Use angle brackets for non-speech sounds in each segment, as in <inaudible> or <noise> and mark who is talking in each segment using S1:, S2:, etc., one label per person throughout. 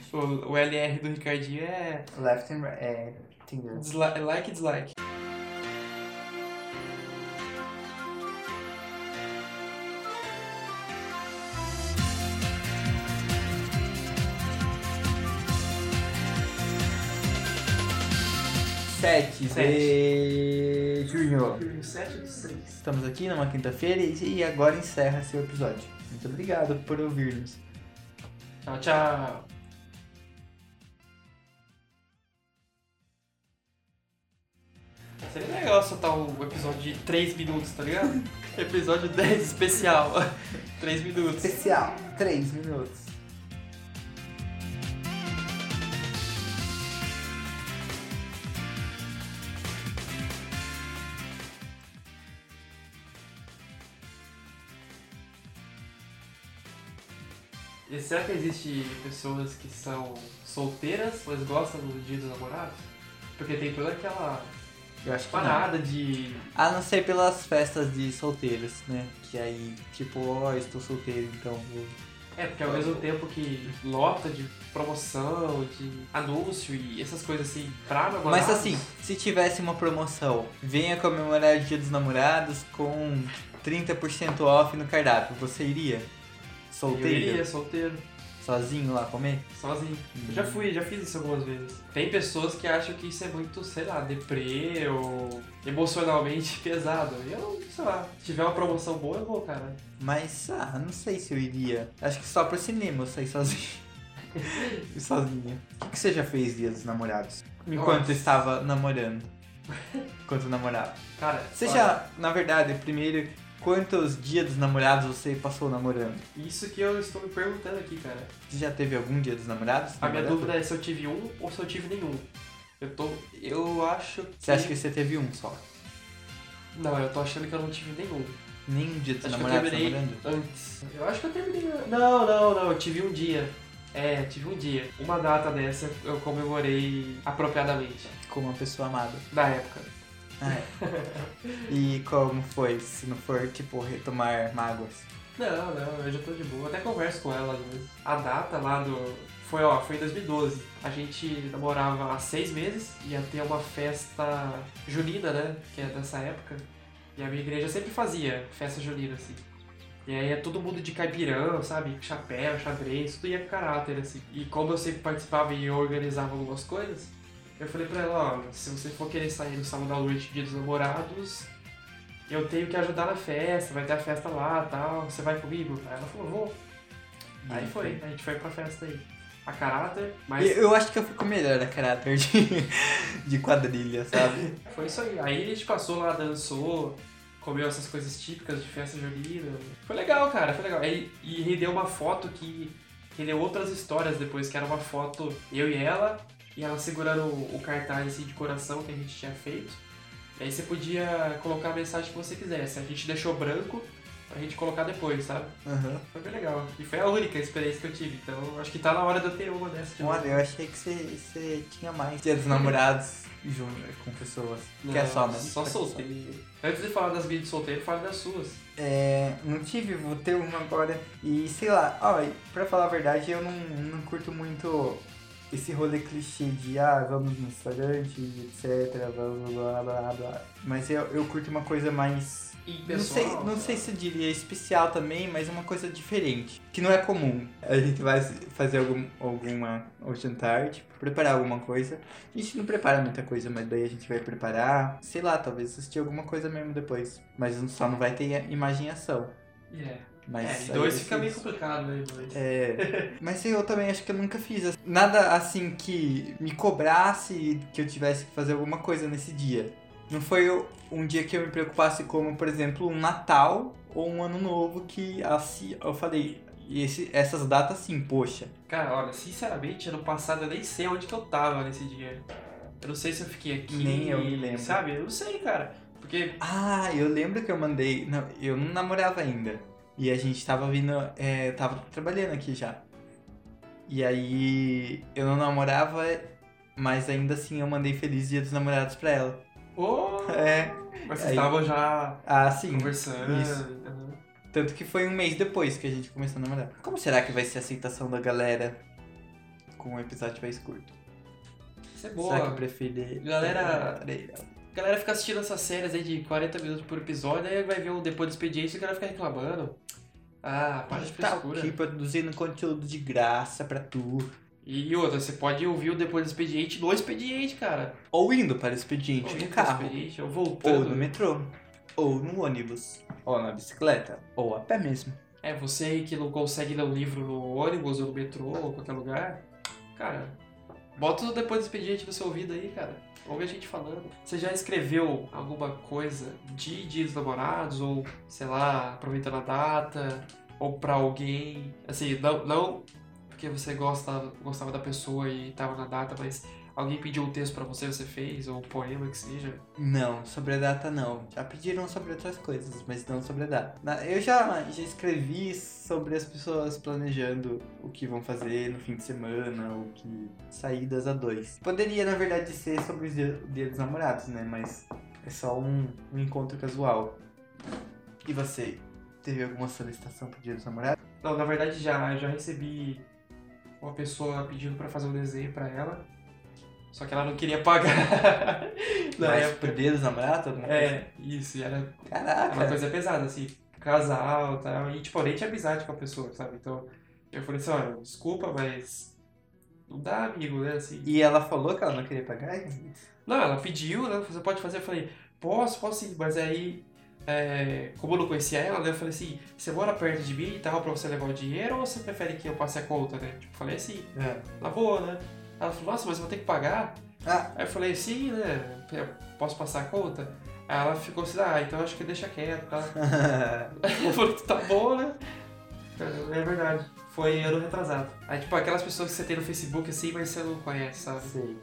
S1: Tipo, o LR do Ricardinho é
S2: Left and right. É. Tinder.
S1: disli- like e dislike.
S2: Sete
S1: Sete.
S2: de junho.
S1: 7 de 6.
S2: Estamos aqui numa quinta-feira e e agora encerra seu episódio. Muito obrigado por ouvir-nos.
S1: Tchau, tchau. Seria legal soltar o episódio de 3 minutos, tá ligado?
S2: <laughs>
S1: episódio 10 especial. <laughs> 3 minutos.
S2: Especial, 3 minutos.
S1: E será que existe pessoas que são solteiras, mas gostam do dia dos namorados? Porque tem toda aquela
S2: Eu acho que não.
S1: parada de.
S2: A não ser pelas festas de solteiros, né? Que aí, tipo, ó, estou solteiro, então vou.
S1: É, porque ao mesmo tempo que lota de promoção, de anúncio e essas coisas assim pra namorados.
S2: Mas assim, se tivesse uma promoção, venha comemorar o Dia dos Namorados com 30% off no cardápio, você iria?
S1: eu
S2: Solteiro?
S1: iria é solteiro,
S2: Sozinho lá comer? Hum,
S1: sozinho. Eu já fui, já fiz isso algumas vezes. Tem pessoas que acham que isso é muito, sei lá, deprê ou emocionalmente <laughs> pesado. Eu, sei lá, se tiver uma promoção boa, eu vou, cara.
S2: Mas, ah, não sei se eu iria. Acho que só pro cinema eu saí
S1: <laughs>
S2: sozinho. Sozinha. O que, que você já fez Dia dos Namorados? Enquanto
S1: Nossa.
S2: estava namorando. Enquanto namorava.
S1: Cara,
S2: Você
S1: olha,
S2: já, na verdade, primeiro, quantos dias dos namorados você passou namorando?
S1: Isso que eu estou me perguntando aqui, cara.
S2: Você já teve algum dia dos namorados?
S1: A minha
S2: Namorado?
S1: dúvida é se eu tive um ou se eu tive nenhum. Eu tô. Eu acho que.
S2: Você acha que você teve um só?
S1: Não, eu tô achando que eu não tive nenhum.
S2: Nenhum dia dos
S1: Acho que eu
S2: namorados
S1: terminei.
S2: namorando?
S1: Antes. Eu acho que eu terminei. Não, não, não. Eu tive um dia. É, tive um dia. Uma data dessa eu comemorei apropriadamente.
S2: Com uma pessoa
S1: <laughs>
S2: amada.
S1: Na época. É.
S2: E como foi? Se não for, tipo, retomar mágoas.
S1: Não, não, eu já tô de boa. Até converso com ela às vezes. A data lá do. Foi, ó, foi em 2012. A gente namorava há seis meses, ia ter uma festa junina, né? Que é dessa época. E a minha igreja sempre fazia festa junina, assim. E aí é todo mundo de caipirão, sabe? Chapéu, xadrez, tudo ia com caráter, assim. E como eu sempre participava e eu organizava algumas coisas, eu falei pra ela, ó, se você for querer sair no sábado à noite, dia dos namorados, eu tenho que ajudar na festa, vai ter a festa lá tal, você vai comigo? Aí ela falou, vou.
S2: E
S1: Aí foi, a gente foi pra festa aí. A caráter,
S2: E
S1: mas
S2: Eu acho que eu fico melhor a caráter de, de <laughs> quadrilha, sabe?
S1: foi isso aí. Aí a gente passou lá, dançou, comeu essas coisas típicas de festa junina. Foi legal, cara, foi legal. E, e rendeu uma foto que rendeu outras histórias depois, que era uma foto eu e ela, e ela segurando o, o cartaz assim, de coração que a gente tinha feito. E aí você podia colocar a mensagem que você quisesse. A gente deixou branco pra gente colocar depois, sabe?
S2: Aham.
S1: Foi bem legal. E foi a única experiência que eu tive. Então acho que tá na hora de eu ter uma dessa. de novo.
S2: Tipo, Olha, eu achei que você, você tinha mais dia dos namorados junto com pessoas.
S1: Não,
S2: que é só, né?
S1: Só solteiro. Antes de falar das minhas de solteiro, fala das suas.
S2: É, não tive, vou ter uma agora. E sei lá, ó, e pra falar a verdade, eu não, não curto muito esse rolê clichê de ah, vamos no restaurante, etc, vamos blá blá blá blá. Mas eu, eu curto uma coisa mais.
S1: E
S2: Não sei, não sei se eu diria especial também, mas é uma coisa diferente. Que não é comum. A gente vai fazer algum, alguma. ou jantar, tipo, preparar alguma coisa. A gente não prepara muita coisa, mas daí a gente vai preparar. Sei lá, talvez assistir alguma coisa mesmo depois. Mas só não vai ter imaginação.
S1: É.
S2: Mas
S1: é,
S2: aí
S1: dois
S2: eu
S1: fica meio
S2: fiz.
S1: complicado, né? Mas...
S2: É, <laughs> mas eu também acho que eu nunca fiz assim, nada assim que me cobrasse que eu tivesse que fazer alguma coisa nesse dia. Não foi o- um dia que eu me preocupasse como, por exemplo, um Natal ou um Ano Novo que assim, eu falei, esse, essas datas sim, poxa.
S1: Cara, olha, sinceramente, ano passado eu nem sei onde que eu tava nesse dia. Eu não sei se eu fiquei aqui.
S2: Nem eu me lembro.
S1: Sabe? Eu não sei, cara. Porque
S2: Ah, eu lembro que eu mandei, não, eu não namorava ainda. E a gente tava vindo, é, tava trabalhando aqui já. E aí eu não namorava, mas ainda assim eu mandei feliz dia dos namorados pra ela.
S1: Oh,
S2: É,
S1: mas vocês
S2: Aí-
S1: estavam já
S2: ah, sim.
S1: conversando.
S2: isso.
S1: aham.
S2: Tanto que foi um mês depois que a gente começou a namorar. Como será que vai ser a aceitação da galera? com um episódio mais curto.
S1: é
S2: Será que eu
S1: Cebola.
S2: preferi...
S1: Galera- A galera fica assistindo essas séries aí de 40 minutos por episódio, aí vai ver um depois do expediente e a galera fica reclamando. Ah, para de
S2: Tá
S1: frescura.
S2: aqui produzindo conteúdo de graça pra tu.
S1: E outra, você pode ouvir o depois do expediente no expediente, cara.
S2: Ou indo para o expediente
S1: Ouvindo
S2: no
S1: do
S2: carro.
S1: Expediente, ou
S2: Ou
S1: voltando.
S2: no metrô. Ou no ônibus. Ou na bicicleta. Ou a pé mesmo.
S1: É, você aí que não consegue ler um livro no ônibus ou no metrô ou qualquer lugar, cara, bota o depois do expediente no seu ouvido aí, cara. Ouve a gente falando. Você já escreveu alguma coisa de Dia dos Namorados ou, sei lá, aproveitando a data ou pra alguém? Assim, não, não porque você gosta, gostava da pessoa e tava na data, mas alguém pediu um texto pra você, você fez, ou um poema que seja.
S2: Não, sobre a data não. Já pediram sobre outras coisas, mas não sobre a data. Na- Eu já, já escrevi sobre as pessoas planejando o que vão fazer no fim de semana, ou que saídas a dois. Poderia, na verdade, ser sobre o dia, o dia dos namorados, né? Mas é só um, um encontro casual. E você? Teve alguma solicitação pro dia dos namorados?
S1: Não, na verdade já, já recebi uma pessoa pedindo pra fazer um desenho pra ela. Só que ela não queria pagar <laughs> na
S2: mas
S1: época.
S2: pro dia dos namorados? Alguma coisa?
S1: É, isso, e era era uma
S2: Caraca!
S1: coisa pesada, assim, casal e tal. E tipo, eu nem tinha amizade com a pessoa, sabe? Então eu falei assim, olha, desculpa, mas não dá, amigo, né? Assim,
S2: E ela falou que ela não queria pagar?
S1: não, ela pediu, né? Você pode fazer? Eu falei, posso, posso sim, mas aí, é, como eu não conhecia ela, né, eu falei assim, você mora perto de mim e tal, pra você levar o dinheiro, ou você prefere que eu passe a conta, né? Tipo, falei assim,
S2: <laughs> É.
S1: na boa, né? Ela falou, nossa, mas eu vou ter que pagar?
S2: Ah.
S1: Aí eu falei, sim, né? Eu posso passar a conta? Aí ela ficou assim, ah, então acho que deixa quieto, tá? <laughs>
S2: Ah.
S1: Eu falei, tá bom, né? É verdade. Foi ano retrasado. Aí, tipo, aquelas pessoas que você tem no Facebook assim, mas você não conhece, sabe?
S2: Sei.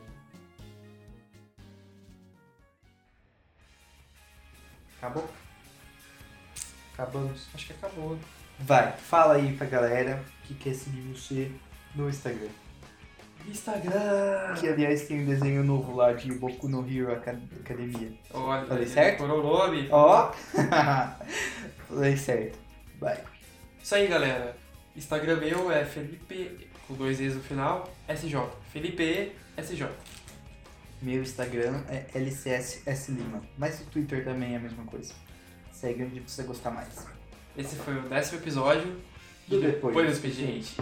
S2: Acabou? Acabamos.
S1: Acho que acabou.
S2: Vai, fala aí pra galera que é quer seguir você no Instagram.
S1: Instagram!
S2: Que aliás tem um desenho novo lá de Boku no Hero Aca- Academia.
S1: Olha,
S2: Falei
S1: ele
S2: certo?
S1: decorou o nome.
S2: Ó! <laughs> Falei certo. Vai.
S1: Isso aí, galera. Instagram meu é Felipe, com dois E's no final, SJ. Felipe E, SJ.
S2: Meu Instagram é LCSS Lima. Mas o Twitter também é a mesma coisa. Segue onde você gostar mais.
S1: Esse foi o décimo episódio
S2: Do Depois
S1: do
S2: do
S1: Expediente.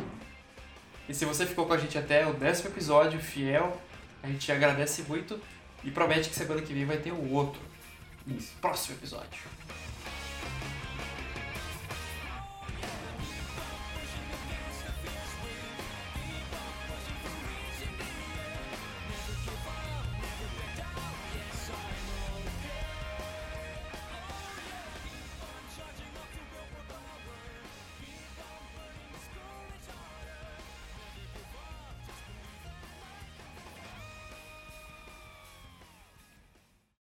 S1: E se você ficou com a gente até o décimo episódio, fiel, a gente agradece muito e promete que semana que vem vai ter um outro.
S2: Isso.
S1: Próximo episódio.